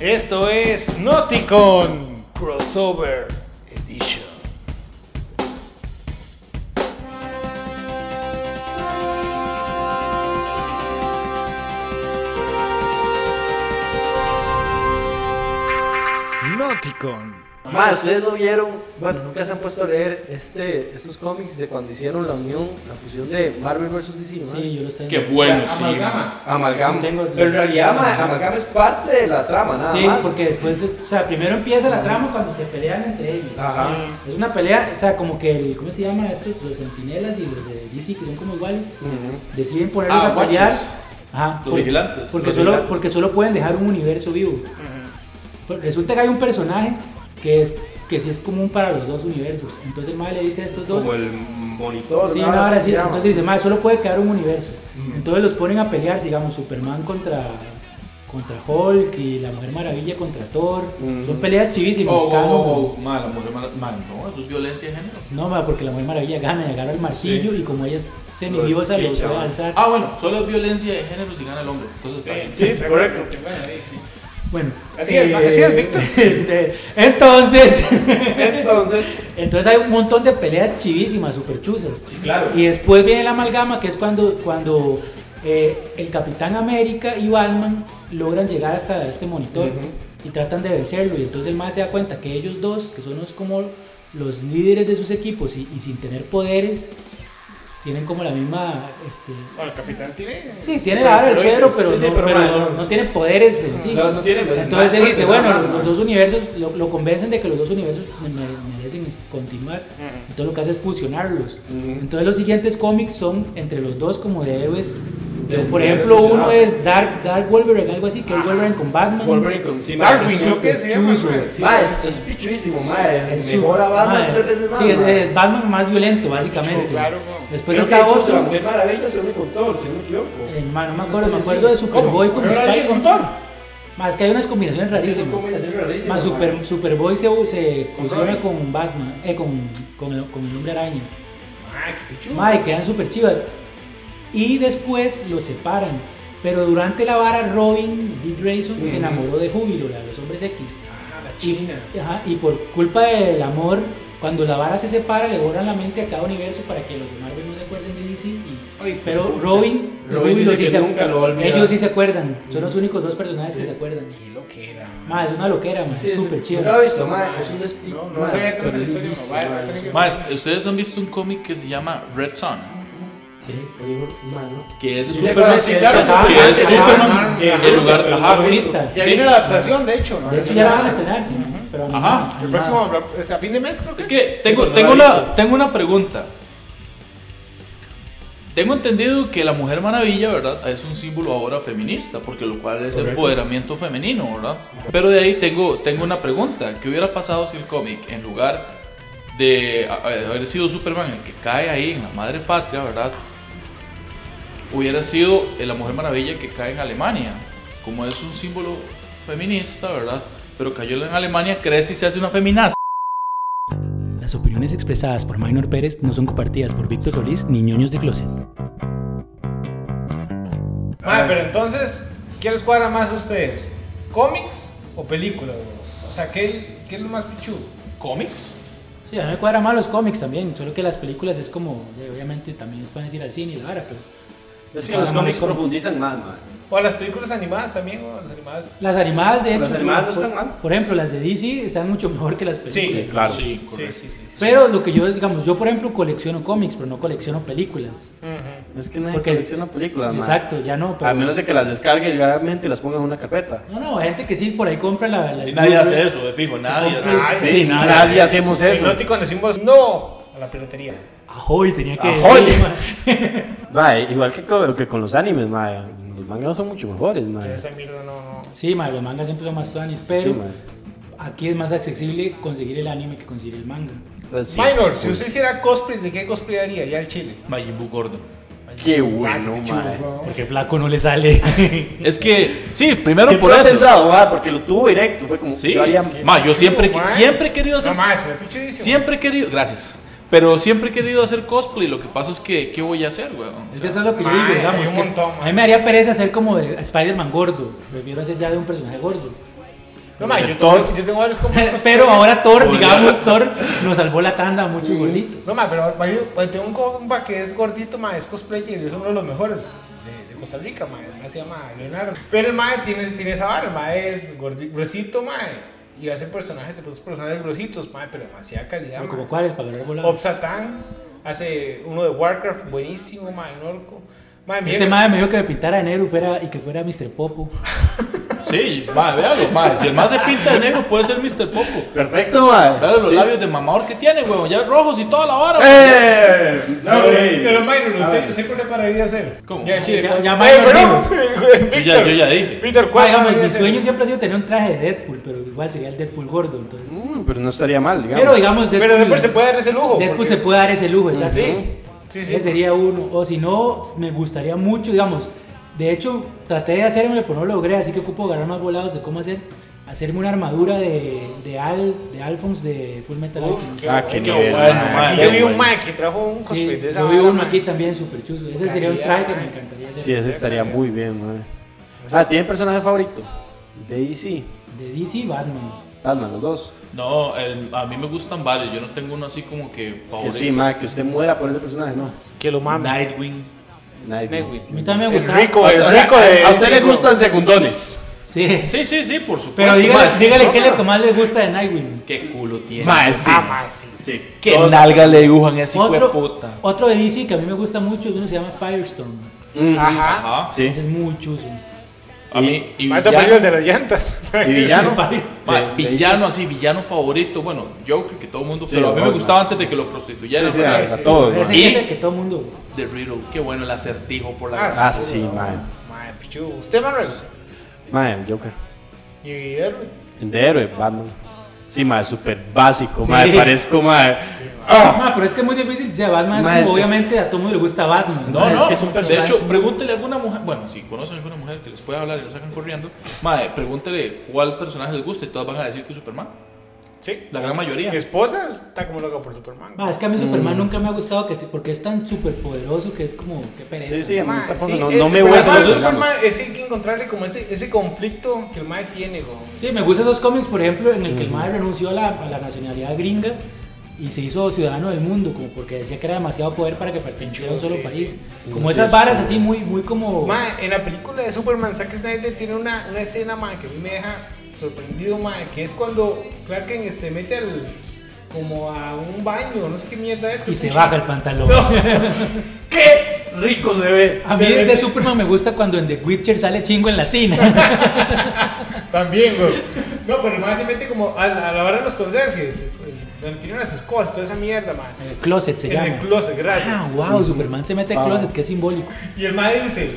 Esto es Noticon Crossover Edition. Noticon. Más, ustedes no vieron, bueno, nunca se han puesto a leer este, estos cómics de cuando hicieron la unión, la fusión de Marvel vs. DC, ¿no? Sí, yo los tengo. Qué bueno, sí. Amalgama. Tengo- Pero en realidad, ma- Amalgama es parte de la trama, nada Sí, más. porque después, es- o sea, primero empieza la trama cuando se pelean entre ellos. Ah. Ajá. Es una pelea, o sea, como que el, ¿cómo se llama estos? Los sentinelas y los de DC, que son como iguales, Ujú. deciden ponerlos Ah, a pelear. Watchers. Ajá. Los vigilantes. Porque, Los solo, vigilantes. porque solo pueden dejar un universo vivo. Pues Resulta que hay un personaje que es que sí es común para los dos universos. Entonces el madre le dice a estos dos. Como el monitor, Sí, nada no, más ahora se sí. llama. Entonces dice, madre, solo puede quedar un universo. Entonces los ponen a pelear, digamos, Superman contra, contra Hulk y la Mujer Maravilla contra Thor. Mm. Son peleas chivísimas. Oh, cada uno. oh, oh, mala mujer, mala. Mal, no, eso es violencia de género. No, ma, porque la Mujer Maravilla gana y agarra el martillo y como ella es semidiosa, Los lo puede pincha, alzar. Ah, bueno, solo es violencia de género si gana el hombre. Entonces está bien. Sí, correcto. Bueno. eh, Así es, así es, Víctor. Entonces, Entonces, entonces hay un montón de peleas chivísimas, super chuzas. claro. Y después viene la amalgama, que es cuando, cuando eh, el Capitán América y Batman logran llegar hasta este monitor Ujú. y tratan de vencerlo. Y entonces el más se da cuenta que ellos dos, que son los, como los líderes de sus equipos y, y sin tener poderes, tienen como la misma... Este, Bueno, el capitán tiene. Sí, tiene la vara del suero, pero, Sí, sí, no, pero pero no, no tiene poderes en sí. No, no tiene, pues, Entonces él más dice, fuerte, bueno, nada más, los, ¿no? dos universos lo, lo convencen de que los dos universos me- me- merecen continuar. Entonces lo que hace es fusionarlos. Ujú. Entonces los siguientes cómics son entre los dos como de héroes. De- Por de ejemplo, héroes ah, uno fusionados. es Dark, Dark Wolverine, algo así, que es Wolverine con Batman. Wolverine con sí, ma, Darwin, es creo que se llama. chuzo. güey. Sí, Ma, es, es pichuísimo, ma, Es su- Mejora Batman ah, tres veces más. Sí, es, pues ma. es Batman más violento, básicamente. Chuzo, claro, güey. Después Creo que está incluso La otro. Mujer Maravilla se une con Thor, si no me equivoco. eh, ma, no me acuerdo, me Sí, sí. acuerdo de Superboy ¿Cómo? con ¿Pero alguien Spider-Man. con Thor? Ma, Es que hay unas combinaciones Es que son rarísimas. combinaciones rarísimas, ma. Más Super, Superboy se, se Con fusiona Robin. con Batman, eh, con, con, el, con el hombre araña. Ay, qué pichu. Madre, quedan super chivas. Y después los separan. Pero durante la vara, Robin D. Grayson se enamoró de Júbilo, la de los hombres X. Ah, la Y- china. ajá, y por culpa del amor, cuando la vara se separa, le borran la mente a cada universo para que los de Marvel no se acuerden de DC. y- Ay, pero putas. Robin, y Robin Júbilo dice que se- nunca lo va a olvidar. ellos sí se acuerdan. Son los únicos dos personajes que se acuerdan. Qué lo que era. Madre, es una loquera, madre, Sí, sí, súper sí. chiva. Nunca lo he visto, ma, es un despi- No, no ma, se ve tanto pero la historia, lindísimo, ma, va, va ma, a tener que- Más, ustedes han visto un cómic que se llama Red Sun, Sí. es un- ma, ¿no? que es de Sí, sí, Superman. sí, claro, Superman, que es que Superman, Superman, que ajá, en lugar pero ajá, no lo he visto. Vista. Ya viene la adaptación, de hecho. ¿no? De hecho ya la van a estrenar, sí. Pero animada, Ajá. El animada. próximo, es a fin de mes, creo que Es es. que tengo, Pero no tengo, la he una, visto. tengo una pregunta. Tengo entendido que la Mujer Maravilla, ¿verdad? Es un símbolo ahora feminista, porque lo cual es empoderamiento femenino, ¿verdad? Pero de ahí tengo, tengo una pregunta. ¿Qué hubiera pasado si el cómic, en lugar de a- a- haber sido Superman el que cae ahí en la madre patria, ¿verdad? Hubiera sido eh, la Mujer Maravilla que cae en Alemania. Como es un símbolo feminista, ¿verdad? Pero cayó en Alemania, crece y se hace una feminaza. Las opiniones expresadas por Maynor Pérez no son compartidas por Víctor Solís ni Ñoños de Closet. Ah, pero entonces, ¿qué les cuadra más a ustedes? ¿Cómics o películas? güey? O sea, ¿qué, qué es lo más pichu? ¿Cómics? Sí, a mí me cuadran más los cómics también, solo que las películas es como, eh, obviamente también están a decir al cine y la vara, pero Es que los cómics profundizan más, ma. O las películas animadas también, o las animadas. las animadas de hecho, Las animadas no por- están mal. Por ejemplo, las de DC están mucho mejor que las películas. Sí, Claro. Sí, sí, sí, sí. sí. Pero lo que yo, digamos, yo por ejemplo colecciono cómics, pero no colecciono películas. Ujú. Es que nadie Porque- colecciona películas, ma. Exacto, ya no. pero- A menos de que las descargue legalmente y las ponga en una carpeta. No, no, gente que sí por ahí compra la. la- Y nadie hace eso, de fijo, nadie hace Ay, eso. Sí, sí. na- nadie hacemos En eso. Nótico le decimos no a la piratería. Ajoy, tenía que. Ajoy. decir, ma. Ma, igual que con, que con los animes, ma. Los mangas son mucho mejores, ma. Entonces, esa mierda no, no. Sí, ma, los mangas siempre son más tuanis, Sí, pero ma. aquí es más accesible conseguir el anime que conseguir el manga. Pues sí. Minor, si usted hiciera cosplay, ¿de qué cosplay haría ya al chile? Majin Buu gordo. Qué bueno, Ah, qué ma. chulo, bro. Pues, Porque flaco no le sale. Es que, sí, primero Siempre por lo he eso. pensado, ma, porque lo tuvo directo. Fue como Sí, yo haría. ma, yo siempre, Chido, que- ma. siempre he querido hacer. No más, se ve pichudísimo. Siempre he querido. Gracias. Pero siempre he querido hacer cosplay. Lo que pasa es que, ¿qué voy a hacer, weón? O es sea, que eso es lo que yo ma, digo, digamos. hay un que montón, ma. a mí me haría pereza ser como de Spider-Man gordo. Prefiero hacer ya de un personaje gordo. No, ma, De yo, Thor. tengo, yo tengo varios cómics. Pero ahora Thor, Hola. digamos, Thor nos salvó la tanda a muchos bonitos. No, ma, pero Mario, pues, tengo un compa que es gordito, ma, es cosplayer y es uno de los mejores de, de Costa Rica, ma, el ma se llama Leonardo. Pero el ma tiene, tiene esa vara, el ma es gordito, gruesito, ma, y hace personajes, de esos personajes gruesitos, ma, pero demasiada calidad, ma. Como cuáles, para agarrar volado. Obsatán hace uno de Warcraft, buenísimo, ma, en orco. Ma, Este miren, madre me dijo que me pintara de negro y fuera- y que fuera Mr. Popo. Sí, madre, véalo, madre. Si el más se pinta de negro, puede ser Mr. Popo. Perfecto, mae. Véalo los Sí. labios de mamador que tiene, huevón. Ya rojos y toda la vara. ¡Eh! No, Pero, güey. pero Mayron, A ¿usted, ver. ¿usted cuál le pararía a hacer? Ah, ¿Cómo? Ya, Chile. Ya- ya Oye, Mayron perdón, Víctor, Yo ya- yo ya dije. Peter, Ah, ¿cuál digamos, pararía mi a hacer? sueño siempre ha sido tener un traje de Deadpool, pero igual sería el Deadpool gordo, entonces. Mm, Pero no estaría mal, digamos. Pero digamos, Deadpool, Pero después se puede dar ese lujo. Deadpool porque- se puede dar ese lujo, exacto. Sí, sí, sí. Ese sería uno. O si no, me gustaría mucho, digamos. De hecho, traté de hacerme, pero no lo logré, así que ocupo agarrar más volados de cómo hacer. Hacerme una armadura de, de Al, de Alphonse de Full Metal Uf, Alchemist. qué Ah, bueno. qué Qué nivel, bueno, mae, mae. qué Yo vi un bueno. Mike que trajo un Sí, cosplay de esa yo vi vara, uno mae. aquí también súper chuzo. Ese sería un Calidad, traje que me mae. encantaría hacer. Sí, ese estaría muy bien, mae. Ah, ¿tienen personaje favorito? De DC. De DC y Batman. Batman, los dos. No, el- a mí me gustan varios. Yo no tengo uno así como que Que favorito. sí, mae, que usted muera por ese personaje, no. Que lo mame. Nightwing. Nightwing. A mí también me El gustaba. rico, el rico de. este A usted le gustan secundones. Sí. Sí, sí, sí, por supuesto. Pues, Pero dígale, Mae, dígale qué es lo que más le gusta de Nightwing. Qué culo tiene. Mae, sí. Ah, mae, sí. Sí. Qué Todos- nalgas le dibujan a ese hijo de Otro, puta. otro de DC que a mí me gusta mucho es uno que se llama Firestorm. Mm, Ajá. Ajá. Sí. Ese es muy chuzo. A mí, y Mata perdió el villano, de las llantas. ¿Y villano? mae, de- de villano así, villano favorito. Bueno, Joker, que todo el mundo. Sí, pero a mí me Batman. gustaba antes de que lo prostituyeran. Sí, sí, o sea, a, a todos, Ese mae. ¿Y? es el que todo el mundo. The Riddle, qué bueno el acertijo por la Ah, grasa. Ah, sí, mae. Mae, pichu. Usted, Manuel. Mae, Joker. Y Guillermo. De héroe, Batman. Sí, mae, súper básico, mae. Sí. Parezco, mae. Ah, pero es que es muy difícil. Ya Batman es Mae, como, es- obviamente a todo el mundo le gusta Batman. No, Es no, que es un de personaje hecho, muy- pregúntele a alguna mujer, bueno, si conocen a alguna mujer que les pueda hablar y lo sacan corriendo, madre, pregúntele cuál personaje les gusta y todas van a decir que es Superman, Sí. la gran mayoría. Mi esposa está como loca por Superman. Ah, es que a mí Superman mm. nunca me ha gustado que sí, porque es tan súper poderoso que es como, qué pereza. Sí, sí, a mí Mae, tampoco, sí, no, eh, no me pero vuelve además loco, digamos. Superman es que hay que encontrarle como ese, ese conflicto que el Mae tiene, güey. Sí, me gustan esos cómics, por ejemplo, en el que el madre renunció a la, a la nacionalidad gringa y se hizo ciudadano del mundo, como porque decía que era demasiado poder para que perteneciera a un Sí, solo sí. país. Sí, Como sí, esas sí. varas así, muy, muy como. Ma, en la película de Superman, Zack Snyder tiene una, una escena ma, que a mí me deja sorprendido, ma, que es cuando Clark Kent se mete al, como a un baño, no sé qué mierda es. que Y es se un baja el pantalón. ¡Qué rico se ve! A mí Se de ve- Superman me gusta cuando en The Witcher sale chingo en latina. ch- También, güey. No, pero el ma se mete como a, a la hora de los conserjes, donde tiene unas escobas, toda esa mierda, ma. En el closet Eh, se en llama. el closet, gracias. Ah, wow, Superman se mete al Wow. closet, qué simbólico. Y el ma dice,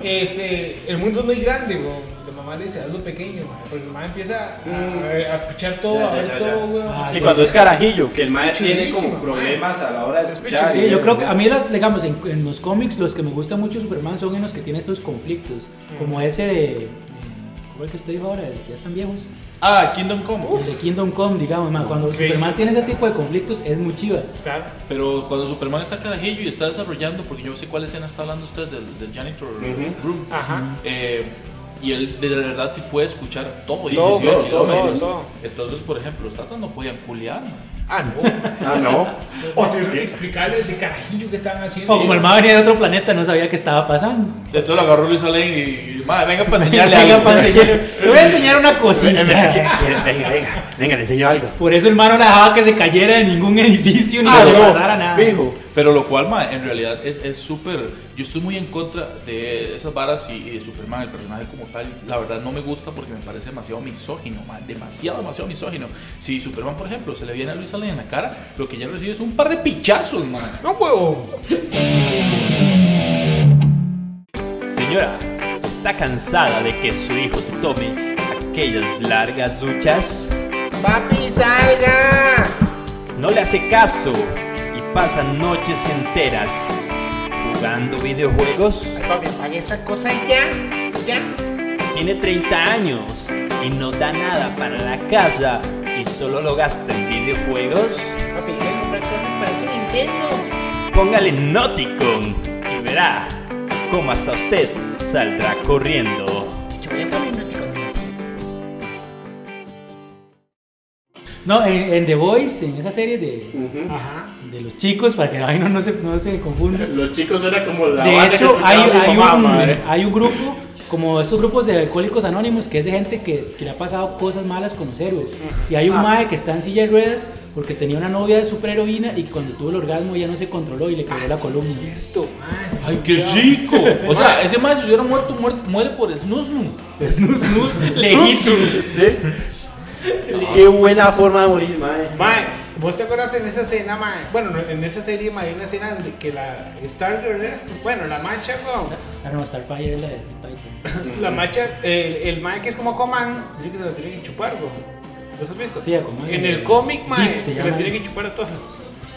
este, el mundo es muy grande, güey. La mamá le dice, hazlo pequeño, ma. Porque el ma empieza a, Mm. a escuchar todo, a ver todo, güey. Ah, Sí, cuando es carajillo, que el mae tiene chulísimo, como problemas a la hora de Es escuchar. pichulísimo. Sí, yo creo que a mí, las, digamos, en, en los cómics, los que me gusta mucho Superman son en los que tiene estos conflictos. Como ese de. eh, ¿Cómo es el que usted dijo ahora? El que ya están viejos. Ah, Kingdom Come. El de Kingdom Come, digamos, man, cuando Ok. Superman tiene ese tipo de conflictos es muy chiva. Claro. Pero cuando Superman está carajillo y está desarrollando, porque yo sé cuál escena está hablando usted del, del janitor room, Ajá. eh, y él de verdad sí puede escuchar todo, Sí, 17 sí, todo, todo, kilómetros. todo. Entonces, por ejemplo, los tatas no podían culiar, man. Ah, no. Ah, no. O tuvieron que explicarles de carajillo que estaban haciendo. O como el más venía de otro planeta, no sabía qué estaba pasando. Entonces lo agarró Luis Alain y, y, madre, venga para enseñarle Venga, algo. para enseñarle- Le voy a enseñar una cosita. Venga, venga, venga, venga, le enseño algo. Por eso el mano no dejaba que se cayera de ningún edificio ni Ah, que le no, pasara nada. fijo. Pero lo cual, ma, en realidad es es súper. yo estoy muy en contra de esas varas y, y de Superman, el personaje como tal. La verdad no me gusta porque me parece demasiado misógino, ma, demasiado, demasiado misógino. Si Superman, por ejemplo, se le viene a Luis Allen en la cara, lo que ya recibe es un par de pichazos, man. No, huevo. Señora, ¿está cansada de que su hijo se tome aquellas largas duchas? Papi, salga. No le hace caso y pasa noches enteras jugando videojuegos. Ay, papi, apague esa cosa ya. Ya. Tiene 30 años y no da nada para la casa y solo lo gasta en videojuegos. Papi, voy a comprar cosas para ese Nintendo. Póngale Noticon y verá cómo hasta usted saldrá corriendo. Yo voy a poner un noticón. No, en, en The Voice, en esa serie de, Ujú. Ajá. de los chicos, para que la vaina no se, no se confunda. Los chicos era como la banda De que hecho, escuchaba hay, mi hay mamá, un, ¿eh? madre. hay un grupo, como estos grupos de alcohólicos anónimos, que es de gente que, que le ha pasado cosas malas con los héroes. Y hay un Ah. mae que está en silla de ruedas porque tenía una novia de superheroína y cuando tuvo el orgasmo ya no se controló y le Ah, cayó la sí, columna. cierto, mae. Ay, qué rico. O sea, ese mae si hubiera muerto, muer- muere por snusnum. Snus, snus, lejísimo. Qué buena forma de morir, mae. Mae, ¿vos te acuerdas en esa escena, mae? Bueno, no, en esa serie, mae, hay una escena donde que la Stargirl era, pues, bueno, la mancha, weón. Star- no, Starfire es la de Teen Titan. La mancha, el, el mae que es como Coman, dice que se la tiene que chupar, weón. ¿Vos has visto? Sí, a Coman. En el cómic, mae, Deep se se, llama la tiene él. que chupar a todos.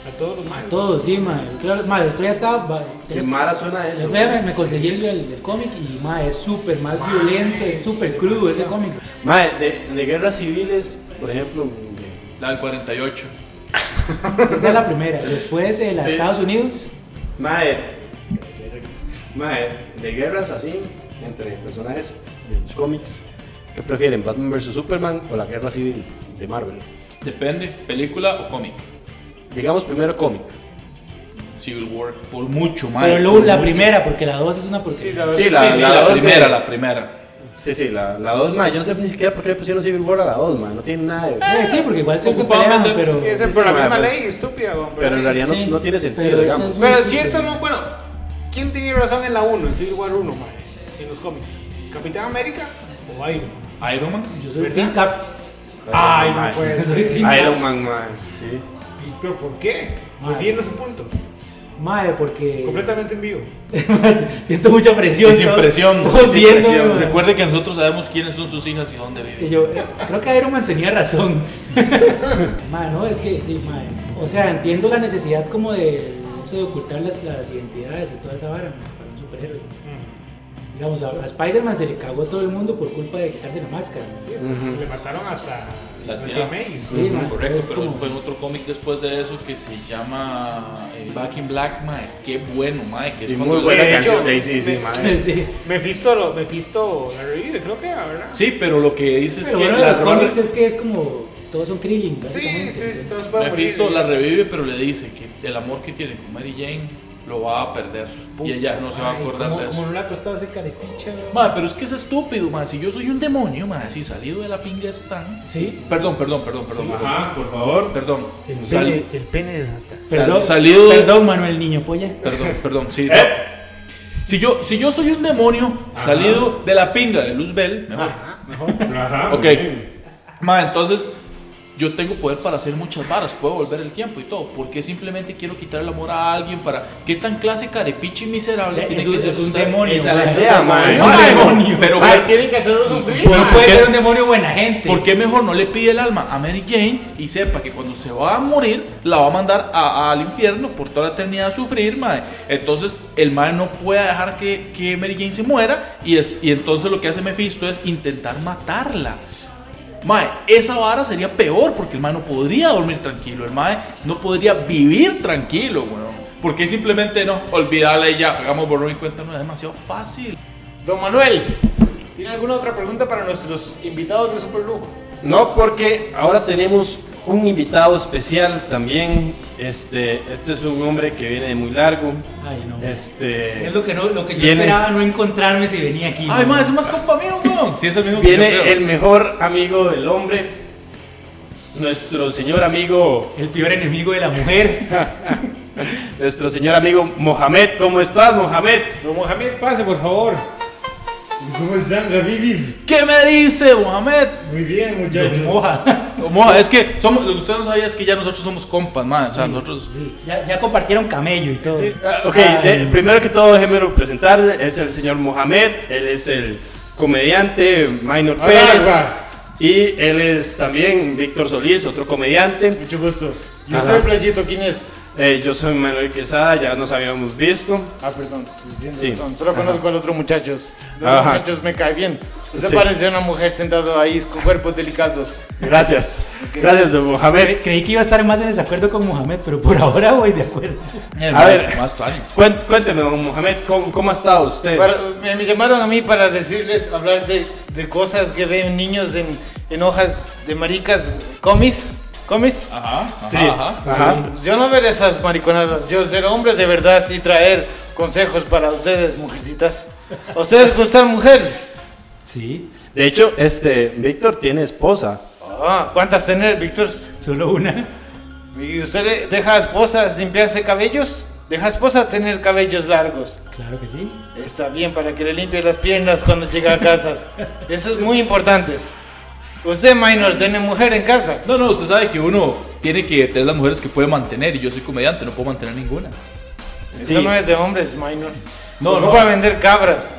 A todos los maes. Todo, sí, mae. Claro, mae, el otro día estaba. va- Qué mala suena El eso. otro día me, me conseguí el, el- el cómic y mae, es súper más violento, es súper crudo ese cómic. Mae, de, de guerras civiles, por ejemplo. La del 48. Esa es la primera. Después, eh, la de Sí. Estados Unidos. Mae. Mae, de guerras así, entre personajes de los cómics. ¿Qué prefieren, Batman vs Superman o la guerra civil de Marvel? Depende, película o cómic. Digamos primero cómic. Civil War, por mucho, mae. Solo por la mucho. primera, porque la dos es una porque Eh, Sí, Sí, sí, la, dos primera, de- la primera. Sí, sí, la, la 2, mae. Yo no sé ni siquiera por qué le pusieron Civil War a la 2, mae. No tiene nada de. sí, porque igual se Ocupado superan, vender- pero. pues, Es Sí, sí, por la mae, misma pero- ley, estúpida, weón. Pero en realidad no, Sí, no tiene pero sentido, eso digamos. es- Pero es cierto, no, bueno, ¿quién tenía razón en la 1, en Civil War 1, mae? En los cómics. ¿Capitán América o Iron? Man? Iron Man. Yo soy ¿Verdad? Team Cap. Ay, mae. no puede Soy ser. Team Cap. Iron Man, mae. Sí. Víctor, ¿por qué? Mae. Defiendo su punto. Mae, eh, porque. Completamente en vivo. Siento mucha presión. Y sin ¿no? presión. Todos Sin viendo, presión. mae. Recuerde que nosotros sabemos quiénes son sus hijas y dónde Y viven. yo, eh, creo que Iron Man tenía razón. Ma, no, es que, sí, ma, o sea, entiendo la necesidad como de eso de ocultar las, las identidades y toda esa vara ma, para un superhéroe. Digamos, a, a Spider-Man se le cagó todo el mundo por culpa de quitarse la mmáscara. Sí, es- Ujú. Le mataron hasta La la tía. tía May. Sí, ma, Correcto, es pero como- fue en otro cómic después de eso que se llama eh, Back in Black, mae. Qué bueno, mae. Que es Sí, cuando- muy buena De hecho, canción de ahí, sí, sí, de- mae. sí. Mephisto, lo, Mephisto la revive, creo que, la ¿verdad? Sí, pero lo que dice es Pero que bueno, de los las cómics es que es como, todos son Krillin. Sí, sí, básicamente. sí, todos pueden Mephisto la morir. revive, pero le dice que el amor que tiene con Mary Jane lo va a perder. Y ella no se va a Ay, acordar como- de eso. Como no le ha costado ese carepicha, weón. Ma, pero es que es estúpido, ma. Si yo soy un demonio, ma, si salido de la pinga de Satán. Sí. Perdón, perdón, perdón, perdón. perdón. Ajá, por favor. Perdón. El pene, Sal- el pene de Santa. Perdón, salido- perdón, Manuel Niño Polla. Perdón, perdón, sí. ¿Eh? no. Si yo, si yo soy un demonio salido de la pinga de Luzbel, mejor. Ajá. Ok. muy bien. Ma, entonces yo tengo poder para hacer muchas varas, puedo volver el tiempo y todo. Porque simplemente quiero quitar el amor a alguien para. ¿Qué tan clase carepiche y miserable Es tiene un- que ser es un usted? demonio, ma. Esa la Es un sea, ma. demonio. Es un Ay, demonio. Pero Ay, ma, tienen que hacerlo sufrir. Pero ma. No fue- puede qué? ser un demonio buena gente. ¿Por qué mejor no le pide el alma a Mary Jane y sepa que cuando se va a morir la va a mandar a- a- al infierno por toda la eternidad a sufrir, mae? Entonces el mae no puede dejar que, que Mary Jane se muera y, es, y entonces lo que hace Mephisto es intentar matarla. Mae, esa vara sería peor porque el mae no podría dormir tranquilo, el mae no podría vivir tranquilo, weón. Porque simplemente no, olvidarla y ya, hagamos borrón y cuenta, no es demasiado fácil. Don Manuel, ¿tiene alguna otra pregunta para nuestros invitados de Super Lujo? No, porque ahora tenemos un invitado especial también. Este, este es un hombre que viene de muy largo. Ay, no. Este, Es lo que, no, lo que yo Viene- esperaba no encontrarme si venía aquí. Ay, ¿no? mae, ese es más compa mío, weón. Sí, es el mismo que yo viene creo. el mejor amigo del hombre, nuestro señor amigo, El peor enemigo de la mujer. nuestro señor amigo Mohamed. ¿Cómo estás, Mohamed? Don Mohamed, pase, por favor. ¿Cómo están, Rabibis? ¿Qué me dice Mohamed? Muy bien, muchachos. Don Moja. Moja, es que somos, lo que usted no sabía es que ya nosotros somos compas, man. O sea, nosotros. Ya, ya compartieron camello y todo. Ah, Ok, Ay. de- primero que todo déjeme presentar, es el señor Mohamed, él es el comediante Minor Hola, Pérez hola. y él es también Víctor Solís, otro comediante. Mucho gusto. ¿Y Ajá. usted, Playito, quién es? Eh, yo soy Manuel Quesada, ya nos habíamos visto. Ah, perdón, sí, sí, Sí. razón. Solo conozco al otro muchachos. Los Ajá. muchachos me cae bien. Usted Sí. parece una mujer sentada ahí con cuerpos delicados. Gracias, gracias don Mohamed. Creí que iba a estar más en desacuerdo con Mohamed, pero por ahora voy de acuerdo. Eh, A más- ver. Más planes. Cuen- Cuénteme, don Mohamed, ¿cómo, cómo ha estado usted? Para- me, me llamaron a mí para decirles, hablar de, de cosas que ven niños en, en hojas de maricas, comis. ¿Comis? Ajá, ajá, Sí. ajá. Ajá. Yo no veré esas mariconadas. Yo ser hombre de verdad y traer consejos para ustedes, mujercitas. ¿A ¿Ustedes gustan mujeres? Sí, De hecho, este, Víctor tiene esposa. Ah, ¿Cuántas tener, Víctor? solo una. ¿Y usted deja a esposas limpiarse cabellos? ¿Deja a esposa tener cabellos largos? Claro que sí. Está bien para que le limpie las piernas cuando llega a casas. Eso es muy importante. Usted, minor, tiene mujer en casa. No, no, usted sabe que uno tiene que tener las mujeres que puede mantener y yo soy comediante, no puedo mantener ninguna. Eso no es de hombres, minor. No, No, no. no. para vender cabras.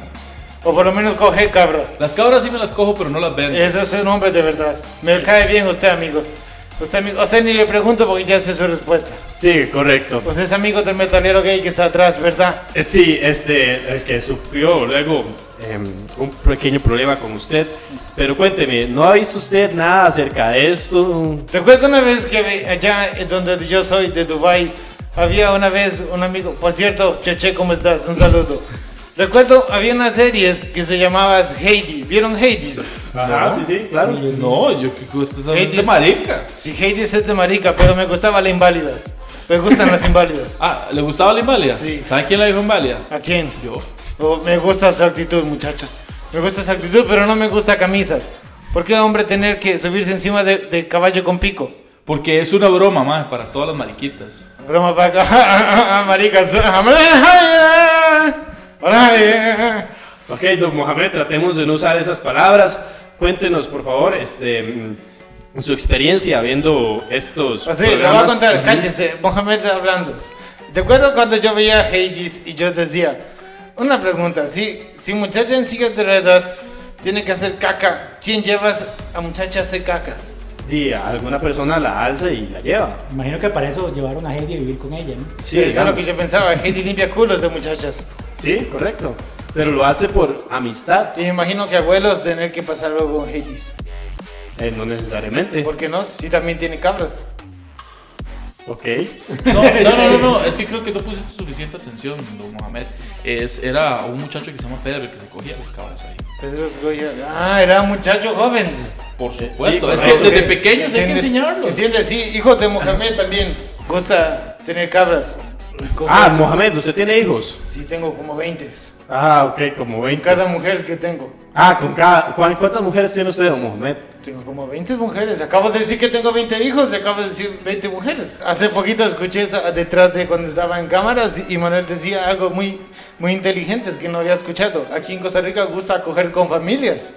O por lo menos coger cabras. Las cabras sí me las cojo, pero no las vendo. Eso es un hombre de verdad. Me cae bien usted, amigos. Usted, amigo, usted ni le pregunto porque ya sé su respuesta. Sí, correcto. Usted es amigo del metalero gay que está atrás, ¿verdad? Eh, Sí, este, el que sufrió luego em, un pequeño problema con usted. Pero cuénteme, ¿no ha visto usted nada acerca de esto? Recuerdo una vez que ve- allá eh, donde yo soy, de Dubai, había una vez un amigo, por cierto, Cheche, ¿cómo estás? Un saludo. Recuerdo, había unas series que se llamaba Hades. ¿Vieron Hades? Ajá, sí, sí. Ah, Claro. No, yo que usted sabe Hey, de dice- marica. Si Hades es de marica, pero me gustaban las inválidas. Me gustan las inválidas. Ah, ¿le gustaba la inválida? Sí. ¿Sabe quién la dijo inválida? ¿A quién? Yo. Oh, me gusta su actitud, muchachos. Me gusta su actitud, pero no me gusta camisas. ¿Por qué hombre tener que subirse encima de, de caballo con pico? Porque es una broma, más para todas las mariquitas. Broma para maricas. Ay, Ok, don Mohamed, tratemos de no usar esas palabras. Cuéntenos, por favor, este, mm, su experiencia viendo estos. Así, Ah, le voy a programas. contar, Ujú. cállese, Mohamed hablando. ¿Te acuerdas cuando yo veía a Hades y yo decía, una pregunta, si, si muchacha en silla de ruedas tiene que hacer caca, ¿quién llevas a muchacha a hacer cacas? Y alguna persona la alza y la lleva. Imagino que para eso llevaron a Heidi a vivir con ella, ¿no? Sí, Eso es lo digamos. que yo pensaba, Hades limpia culos de muchachas. sí, correcto. Pero lo hace por amistad, Te imagino que abuelos tener que pasar algo con Hades. eh, no necesariamente. ¿Por qué no? Si también tiene cabras. Ok. No, no, no, no, no, es que creo que no pusiste suficiente atención, don Mohamed. Es, era un muchacho que se llama Pedro que se cogía las cabras ahí. Pues los Goya- Ah, era un muchacho joven. Por supuesto, es que correcto. desde pequeños hay que Ah, ¿Entiendes? enseñarlos. ¿Entiendes? Sí, hijo de Mohamed también. Gusta tener cabras. Ah, Mohamed, ¿usted tiene hijos? Sí, tengo como 20. Ah, ok, como 20. Cada mujer que tengo. Ah, con cada. ¿cuán- ¿Cuántas mujeres tiene usted, don Mohamed? Tengo como 20 mujeres. Acabo de decir que tengo 20 hijos. Acabo de decir 20 mujeres. Hace poquito escuché esa- detrás de cuando estaba en cámaras y Manuel decía algo muy, muy inteligente que no había escuchado. Aquí en Costa Rica gusta acoger con familias.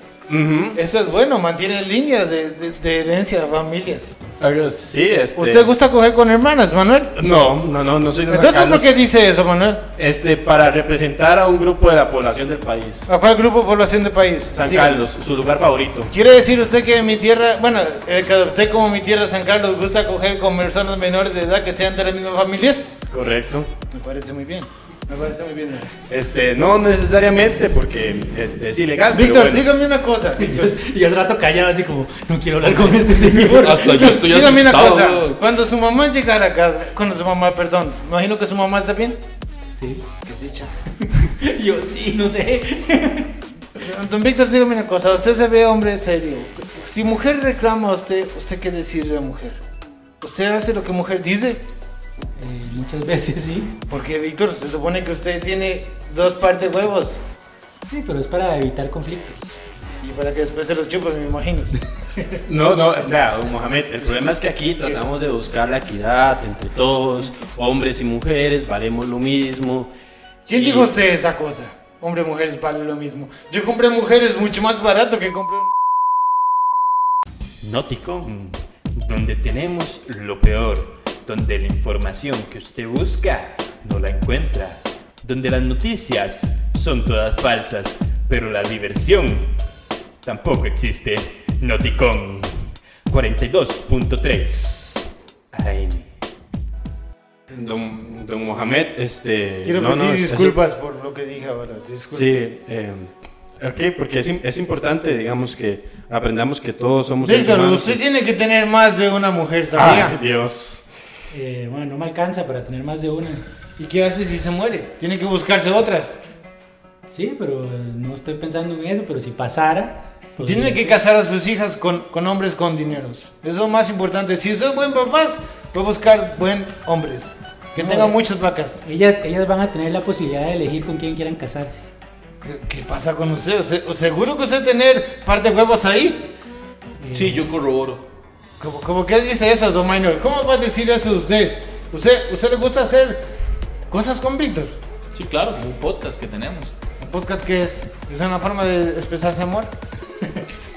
Eso es bueno, mantiene líneas de, de- de herencia, familias. Ah, Sí, este. ¿Usted gusta coger con hermanas, Manuel? No, no, no, no soy de San Entonces, ¿por Carlos. qué dice eso, Manuel? Este, para representar a un grupo de la población del país. ¿A cuál grupo población del país? San Diga. Carlos, su lugar favorito. ¿Quiere decir usted que mi tierra, bueno, el que adopté como mi tierra San Carlos, gusta coger con personas menores de edad que sean de las mismas familias? Correcto. Me parece muy bien. Me parece muy bien. Este, no necesariamente porque este, es ilegal. pero Víctor, bueno. dígame una cosa. Y al rato callado así como, no quiero hablar con este señor. Hasta yo estoy dígame una asustado. cosa. weón. Cuando su mamá llegara a casa, cuando su mamá, perdón, me imagino que su mamá está bien. Sí. Qué dicha. Yo sí, no sé. Don Víctor, dígame una cosa. Usted se ve hombre serio. Si mujer reclama a usted, ¿usted qué decirle a mujer? ¿Usted hace lo que mujer dice? Eh, muchas veces sí. Porque, Víctor, se supone que usted tiene dos partes huevos. Sí, pero es para evitar conflictos. Y para que después se los chupas, me imagino. No, no, vea, don Mohamed, el problema es que aquí tratamos de buscar la equidad entre todos, hombres y mujeres, valemos lo mismo. ¿Quién Y- dijo usted esa cosa? Hombre, mujeres vale lo mismo. Yo compré mujeres mucho más barato que compré un... Noticom, donde tenemos lo peor, donde la información que usted busca no la encuentra, donde las noticias son todas falsas, pero la diversión tampoco existe. Noticom 42.3 AM. Don, don Mohamed, este... Quiero no, no, pedir es- disculpas por lo que dije ahora. es- Disculpas. sí, eh, ok, porque es, im- es importante, digamos, que aprendamos que todos somos... seres Víctor, humanos usted y- tiene que tener más de una mujer, Ay, ¿sabía? Dios. Eh, bueno, no me alcanza para tener más de una. ¿Y qué hace si se muere? Tiene Pues que buscarse otras. Sí, pero eh, no estoy pensando en eso, pero si pasara, Tienen que casar a sus hijas con, con hombres con dineros. Eso es lo más importante. Si son buen papás, va a buscar buen hombres. Que tengan muchas vacas. Ellas, ellas van a tener la posibilidad de elegir con quién quieran casarse. ¿Qué, qué pasa con usted? ¿Usted- ¿Seguro que usted tener parte de huevos ahí? Sí, yo corroboro. ¿Cómo, cómo que dice eso, Don Minor? ¿Cómo va a decir eso usted? ¿Usted, usted le gusta hacer cosas con Víctor? Sí, claro, es un podcast que tenemos. ¿Un podcast qué es? ¿Es una forma de expresarse amor?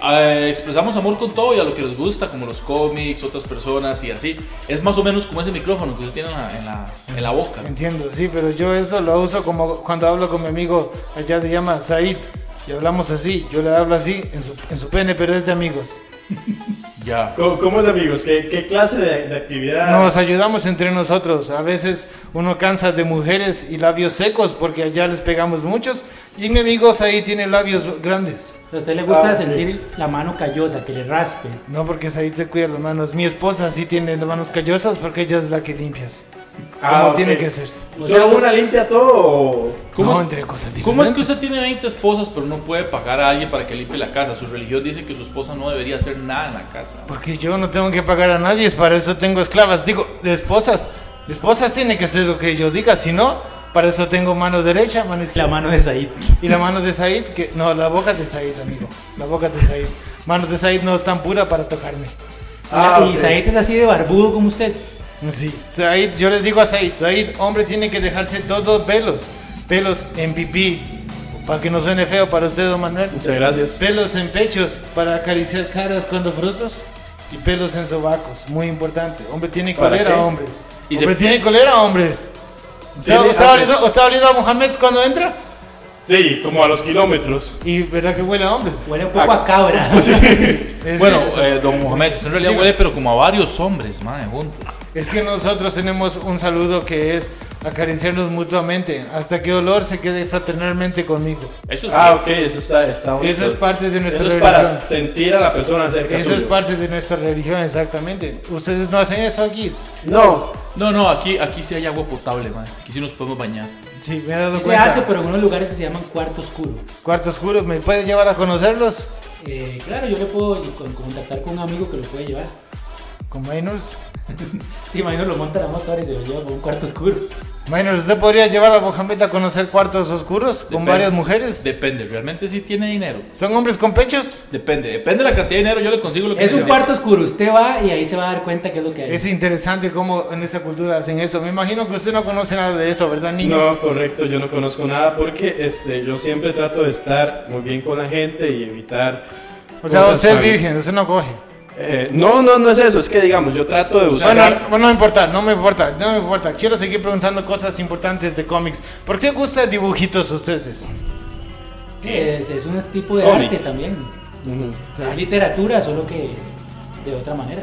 Eh, expresamos amor con todo y a lo que nos gusta, como los cómics, otras personas y así. Es más o menos como ese micrófono que usted tiene en la, en la, en la boca. Entiendo, sí, pero yo eso lo uso como cuando hablo con mi amigo, allá se llama Said, y hablamos así, yo le hablo así en su, en su pene, pero es de amigos. Ya. ¿Cómo, cómo es, amigos? ¿Qué, qué clase de, de actividad? Nos ayudamos entre nosotros, a veces uno cansa de mujeres y labios secos porque allá les pegamos muchos, y mi amigo Said tiene labios grandes. O sea, A usted le gusta Ah, sí. sentir la mano callosa, que le raspe. No, porque Said se cuida las manos. Mi esposa sí tiene las manos callosas porque ella es la que limpias. Ah, como ok. tiene que ser. ¿Solo una limpia todo o- ¿Cómo, no, es, entre cosas cómo es que diferentes. usted tiene 20 esposas pero no puede pagar a alguien para que limpie la casa? Su religión dice que su esposa no debería hacer nada en la casa. Porque yo no tengo que pagar a nadie, es para eso tengo esclavas. Digo, de esposas. De esposas tiene que hacer lo que yo diga, si no, para eso tengo mano derecha, mano La izquierda. mano de Said. Y la mano de Said, que. No, la boca de Said, amigo. La boca de Said. Manos de Said no es tan pura para tocarme. Ah, y ok. Said es así de barbudo como usted. Sí. Said, yo le digo a Said, Said, hombre, tiene que dejarse todos pelos. Pelos en pipí. Para que no suene feo para usted, don Manuel. Muchas gracias. Pelos en pechos para acariciar caras cuando frutos y pelos en sobacos, muy importante. Hombre tiene ¿Para colera, qué? hombres. Y hombre se- tiene colera, hombres. ¿Usted Tiene- usted ha olido- usted ha olido a Mohamed cuando entra? Sí, como a los kilómetros. Y verdad que huele a hombres. Huele un poco a cabra. Ah, pues Sí, sí. Es, Bueno, es- eh, don Mohamed, usted en realidad Diga. huele pero como a varios hombres, madre, juntos. es que nosotros tenemos un saludo que es acariciarnos mutuamente hasta que olor se quede fraternalmente conmigo. Eso es Ah, ok, eso está, está bonito. Eso es parte de Eso nuestra es para religión. sentir a la persona cerca Eso suyo. es parte de nuestra religión, exactamente. Ustedes no hacen eso aquí. No, No, no, aquí, aquí sí hay agua potable, madre. Aquí sí nos podemos bañar. Sí, me he dado Sí se cuenta. hace, pues. pero en unos lugares que se llaman cuarto oscuro. Cuarto oscuro, ¿me puedes llevar a conocerlos? Eh, claro, yo le puedo con- contactar con un amigo que lo puede llevar. Con Minors. Sí, imagino lo monta la moto ahora y se lo lleva por un cuarto oscuro. Minors, ¿usted podría llevar a Mohamed a conocer cuartos oscuros con Depende. varias mujeres? Depende, realmente sí tiene dinero. ¿Son hombres con pechos? Depende, depende de la cantidad de dinero, yo le consigo lo que Es un necesite. cuarto oscuro, usted va y ahí se va a dar cuenta qué es lo que hay. Es interesante cómo en esta cultura hacen eso. Me imagino que usted no conoce nada de eso, ¿verdad, niño? no, correcto, yo no conozco nada porque este, yo siempre trato de estar muy bien con la gente y evitar... O sea, cosas usted es tan- virgen, usted no coge. Eh, no, no, no es eso, es que digamos, yo trato de buscar... Bueno, bueno, no importa, no me importa, no me importa. Quiero seguir preguntando cosas importantes de cómics. ¿Por qué gusta dibujitos ustedes? Es, es un tipo de Cómics. arte también. Ujú. Es literatura, solo que de otra manera.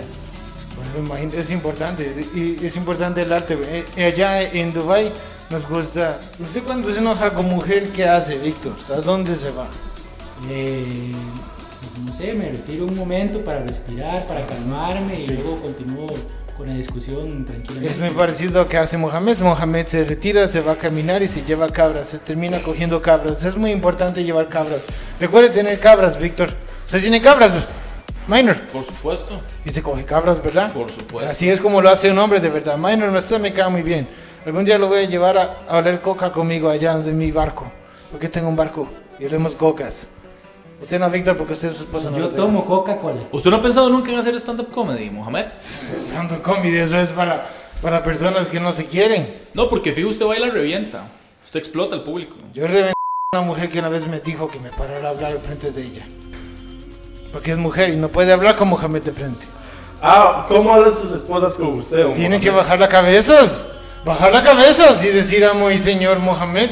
Bueno, Pues me imagino- es importante, y es importante el arte. güey. Eh, Allá en Dubai nos gusta. ¿Usted cuando se enoja con mujer, qué hace, Víctor? ¿A dónde se va? Eh, no sé, me retiro un momento para respirar, para calmarme y luego continúo con la discusión tranquilamente. Es muy parecido a lo que hace Mohamed. Mohamed se retira, se va a caminar y se lleva cabras. Se termina cogiendo cabras. Es muy importante llevar cabras. Recuerde tener cabras, Víctor. Usted tiene cabras, Minor. Por supuesto, Y se coge cabras, ¿verdad? por supuesto. Así es como lo hace un hombre de verdad. Minor, usted me cae muy bien. Algún día lo voy a llevar a, a oler coca conmigo allá de mi barco. Porque tengo un barco y olemos cocas. Usted no, Víctor, porque usted es su esposa. No Yo lo deja. tomo Coca-Cola. ¿Usted no ha pensado nunca en hacer stand-up comedy, Mohamed? Santo comedy, eso es para, para personas que no se quieren. No, porque fijo, usted baila revienta. Usted explota al público. Yo reventé a una mujer que una vez me dijo que me parara a hablar frente de ella. Porque es mujer y no puede hablar con Mohamed de frente. Ah, ¿cómo hablan sus esposas con usted? don Tienen Mohamed? que bajar la cabezas. Bajar la cabezas y decir amo y señor Mohamed.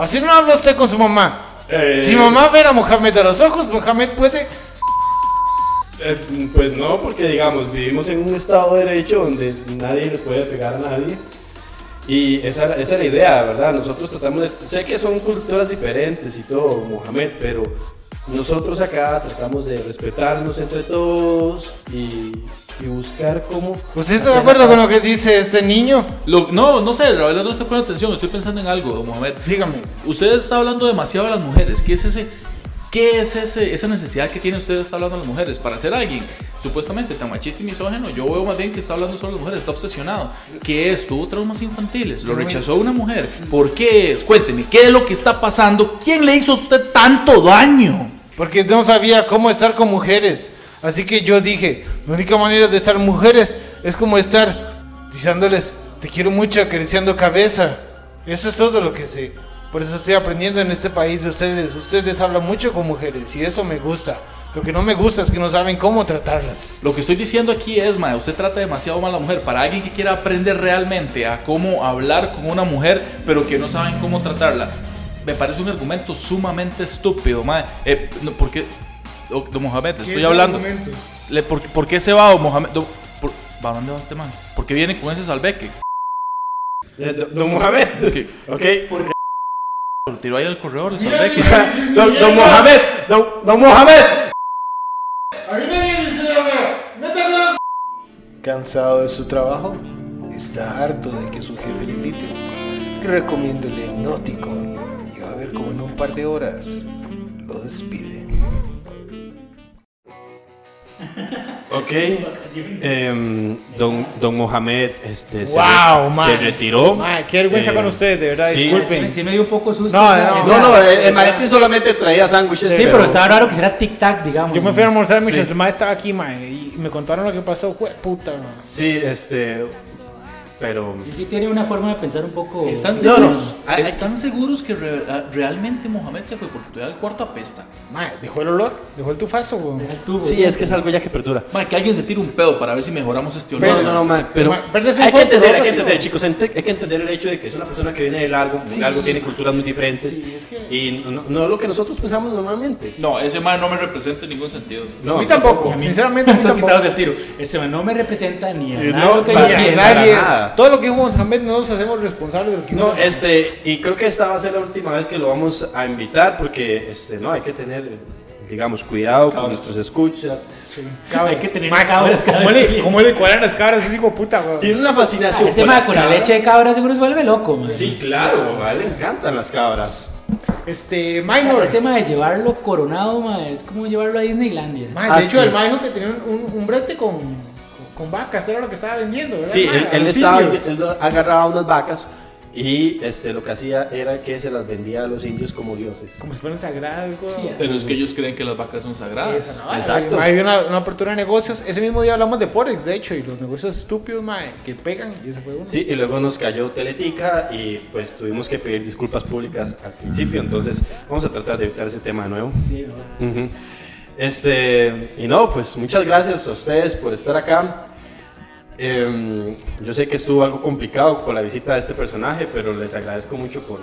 Así no habla usted con su mamá. Eh, Si mamá ver a Mohamed a los ojos, Mohamed puede. Eh, pues no, porque digamos, vivimos en un estado de derecho donde nadie le puede pegar a nadie. Y esa, esa es la idea, ¿verdad? Nosotros tratamos de... Sé que son culturas diferentes y todo, Mohamed, pero nosotros acá tratamos de respetarnos entre todos y, y buscar cómo... ¿Usted está hacer de la acuerdo paz. con lo que dice este niño? Lo- no, no sé, la verdad no estoy poniendo atención, estoy pensando en algo, don Mohamed. Dígame. Usted está hablando demasiado de las mujeres. ¿Qué es ese ¿Qué es ese, esa necesidad que tiene usted de estar hablando a las mujeres? Para ser alguien supuestamente tan machista y misógeno, yo veo más bien que está hablando solo a las mujeres, está obsesionado. ¿Qué es? Tuvo traumas infantiles, lo rechazó una mujer. ¿Por qué es? Cuénteme, ¿qué es lo que está pasando? ¿Quién le hizo a usted tanto daño? Porque no sabía cómo estar con mujeres. Así que yo dije, la única manera de estar mujeres es como estar diciéndoles, te quiero mucho, acariciando cabeza. Eso es todo lo que sé. Por eso estoy aprendiendo en este país de ustedes. Ustedes hablan mucho con mujeres y eso me gusta. Lo que no me gusta es que no saben cómo tratarlas. Lo que estoy diciendo aquí es, mae, usted trata demasiado mal a la mujer. Para alguien que quiera aprender realmente a cómo hablar con una mujer, pero que no saben cómo tratarla, me parece un argumento sumamente estúpido, mae. Eh, no, porque, oh, don Mohamed, le estoy hablando. Le- por, por qué se va, don Mohamed? Don- por- ¿Va dónde va este man? ¿Por qué viene con ese salveque? Eh, Don don Mohamed. ¿Qué? Ok, porque- Lo tiró ahí al corredor, el salveque. Don, don Mohamed. Don, don Mohamed. Cansado de su trabajo, está harto de que su jefe le invite. Recomienda el hipnótico y va a ver cómo en un par de horas lo despide. Ok. em, don, don Mohamed este, se, Wow, re- man. se retiró. Mae, qué vergüenza Eh, con ustedes, de verdad, sí. disculpen. Sí me dio un poco susto. No, esa- no, esa- No, no, el, el maletín solamente traía sándwiches. Sí, pero estaba raro que será tic-tac, digamos. Yo me fui a almorzar mientras Sí. el mae estaba aquí, mae, y me contaron lo que pasó, jue puta, mae. Sí, este. Pero. Sí tiene una forma de pensar un poco... ¿Están No, seguros? no. Ah, ¿Están seguros que re- ah, realmente Mohamed se fue? Porque todavía el cuarto apesta. Mae, dejó el olor, dejó el tufazo, weón. Deja el tubo. Sí, es que es algo ya que perdura. Mae, que alguien se tire un pedo para ver si mejoramos este olor. No, no, no, man, pero Ma- pero es un hay que fuerte entender, hay rojo, que sí, entender, ¿no? chicos, ente- hay que entender el hecho de que es una persona que viene de largo, muy largo, tiene culturas muy diferentes y no, no es lo que nosotros pensamos normalmente. No, ese man no me representa en ningún sentido. No, a mí tampoco, sinceramente a mí Entonces tampoco. quitados del tiro. Ese man no me representa ni a Eh, No, nada. lo que para Ni yo a pienso. nadie. para nada. Todo lo que hubo en San Bet no nos hacemos responsables de lo que No, hizo. este, y creo que esta va a ser la última vez que lo vamos a invitar porque, este, no, hay que tener, digamos, cuidado con nuestras escuchas. Hay que tener Mae, cabras cada ¿cómo vez le, que- cómo le cuadran las cabras? Es hijo de puta, weón. Tiene una fascinación. Ah, Ese por man las con la cabras. leche de cabra seguro se vuelve loco, man. Sí, claro, a él le encantan las cabras. Este, Pero Minor. Ese man de llevarlo coronado, man, es como llevarlo a Disneylandia. Mae, Ah, de hecho, sí. el mae dijo que tenía un, un, un brete con, con vacas, era lo que estaba vendiendo, ¿verdad? Sí, mae? él, A él los estaba, indios. él agarraba unas vacas y este, lo que hacía era que se las vendía a los indios como dioses. Como si fueran sagradas, weón. Sí, Pero es que ellos creen que las vacas son sagradas. Exacto. Hay una, una apertura de negocios. Ese mismo día hablamos de Forex, de hecho, y los negocios estúpidos, mae, que pegan. Y ese fue uno. Sí, y luego nos cayó Teletica y pues tuvimos que pedir disculpas públicas al principio, entonces vamos a tratar de evitar ese tema de nuevo. Ujú. Este, y no, pues muchas gracias a ustedes por estar acá. Em, yo sé que estuvo algo complicado con la visita de este personaje, pero les agradezco mucho por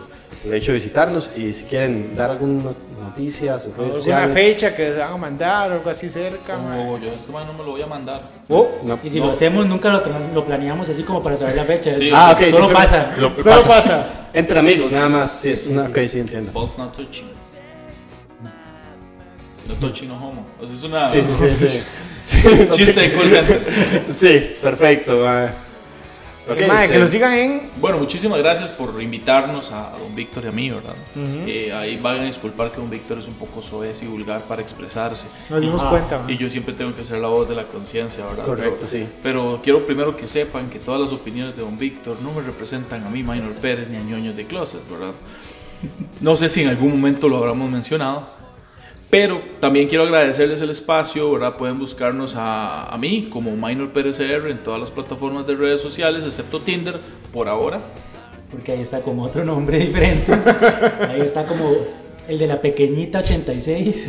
el hecho de visitarnos y si quieren dar alguna noticia, sus redes Alguna sociales. fecha que se van a mandar, algo así cerca, mae. No, yo este man no me lo voy a mandar. Oh, no. Y si lo hacemos, nunca lo, tra- lo planeamos así como para saber la fecha. Sí. Ah, ok, Solo sí, pasa. lo que Solo pasa. pasa. Entre amigos, nada más. Sí, es una, ok, sí, entiendo. Balls not touching. No touching, no homo. O sea, es una... Sí, sí, sí. sí. Sí, no Chiste sé. de call center. Sí, perfecto. mae. Mae, Ok, este, Eh, que lo sigan en. Bueno, muchísimas gracias por invitarnos a, a don Víctor y a mí, ¿verdad? Eh, ahí van a disculpar que don Víctor es un poco soez y vulgar para expresarse. Nos dimos cuenta, mae. Y yo siempre tengo que ser la voz de la conciencia, ¿verdad? Correcto, Pero- sí. Pero quiero primero que sepan que todas las opiniones de Don Víctor no me representan a mí, Minor Pérez, ni a ñoños de Closet, ¿verdad? No sé si en algún momento lo habremos mencionado, pero también quiero agradecerles el espacio, ¿verdad? Pueden buscarnos a, a mí como Minor Pérez CR en todas las plataformas de redes sociales, excepto Tinder, por ahora. Porque ahí está como otro nombre diferente. Ahí está como el de la pequeñita 86.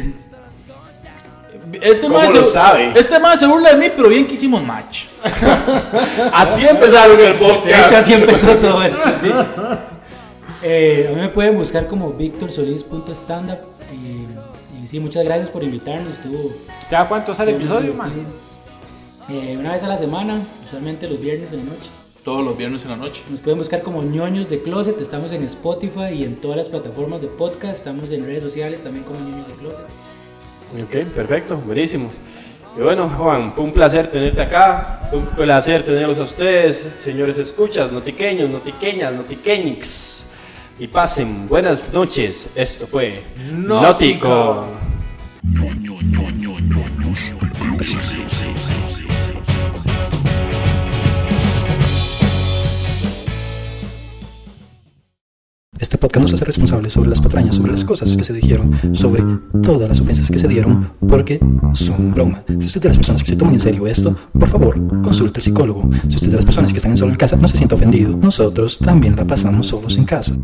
Este ¿Cómo más lo sabe? Este más se burla de mí, pero bien que hicimos match. Así empezaron el De hecho, podcast. así empezó todo esto. sí. Eh, a mí me pueden buscar como victorsolis.standup. Y, y sí, muchas gracias por invitarnos. Estuvo. ¿Cada cuánto sale el episodio, mae? divertido. Eh, una vez a la semana, usualmente los viernes en la noche. Todos los viernes en la noche. Nos pueden buscar como ñoños de closet. Estamos en Spotify y en todas las plataformas de podcast. Estamos en redes sociales también como ñoños de closet. Ok, perfecto, buenísimo. Y bueno, Juan, fue un placer tenerte acá. Fue un placer tenerlos a ustedes, señores escuchas, notiqueños, notiqueñas, notiqueñix. y pasen buenas noches. Esto fue Nótico. Nótico. Este podcast no se hace responsable sobre las patrañas, sobre las cosas que se dijeron, sobre todas las ofensas que se dieron, porque son broma. Si usted es de las personas que se toman en serio esto, por favor, consulte al psicólogo. Si usted es de las personas que están en solo en casa, no se sienta ofendido. Nosotros también la pasamos solos en casa.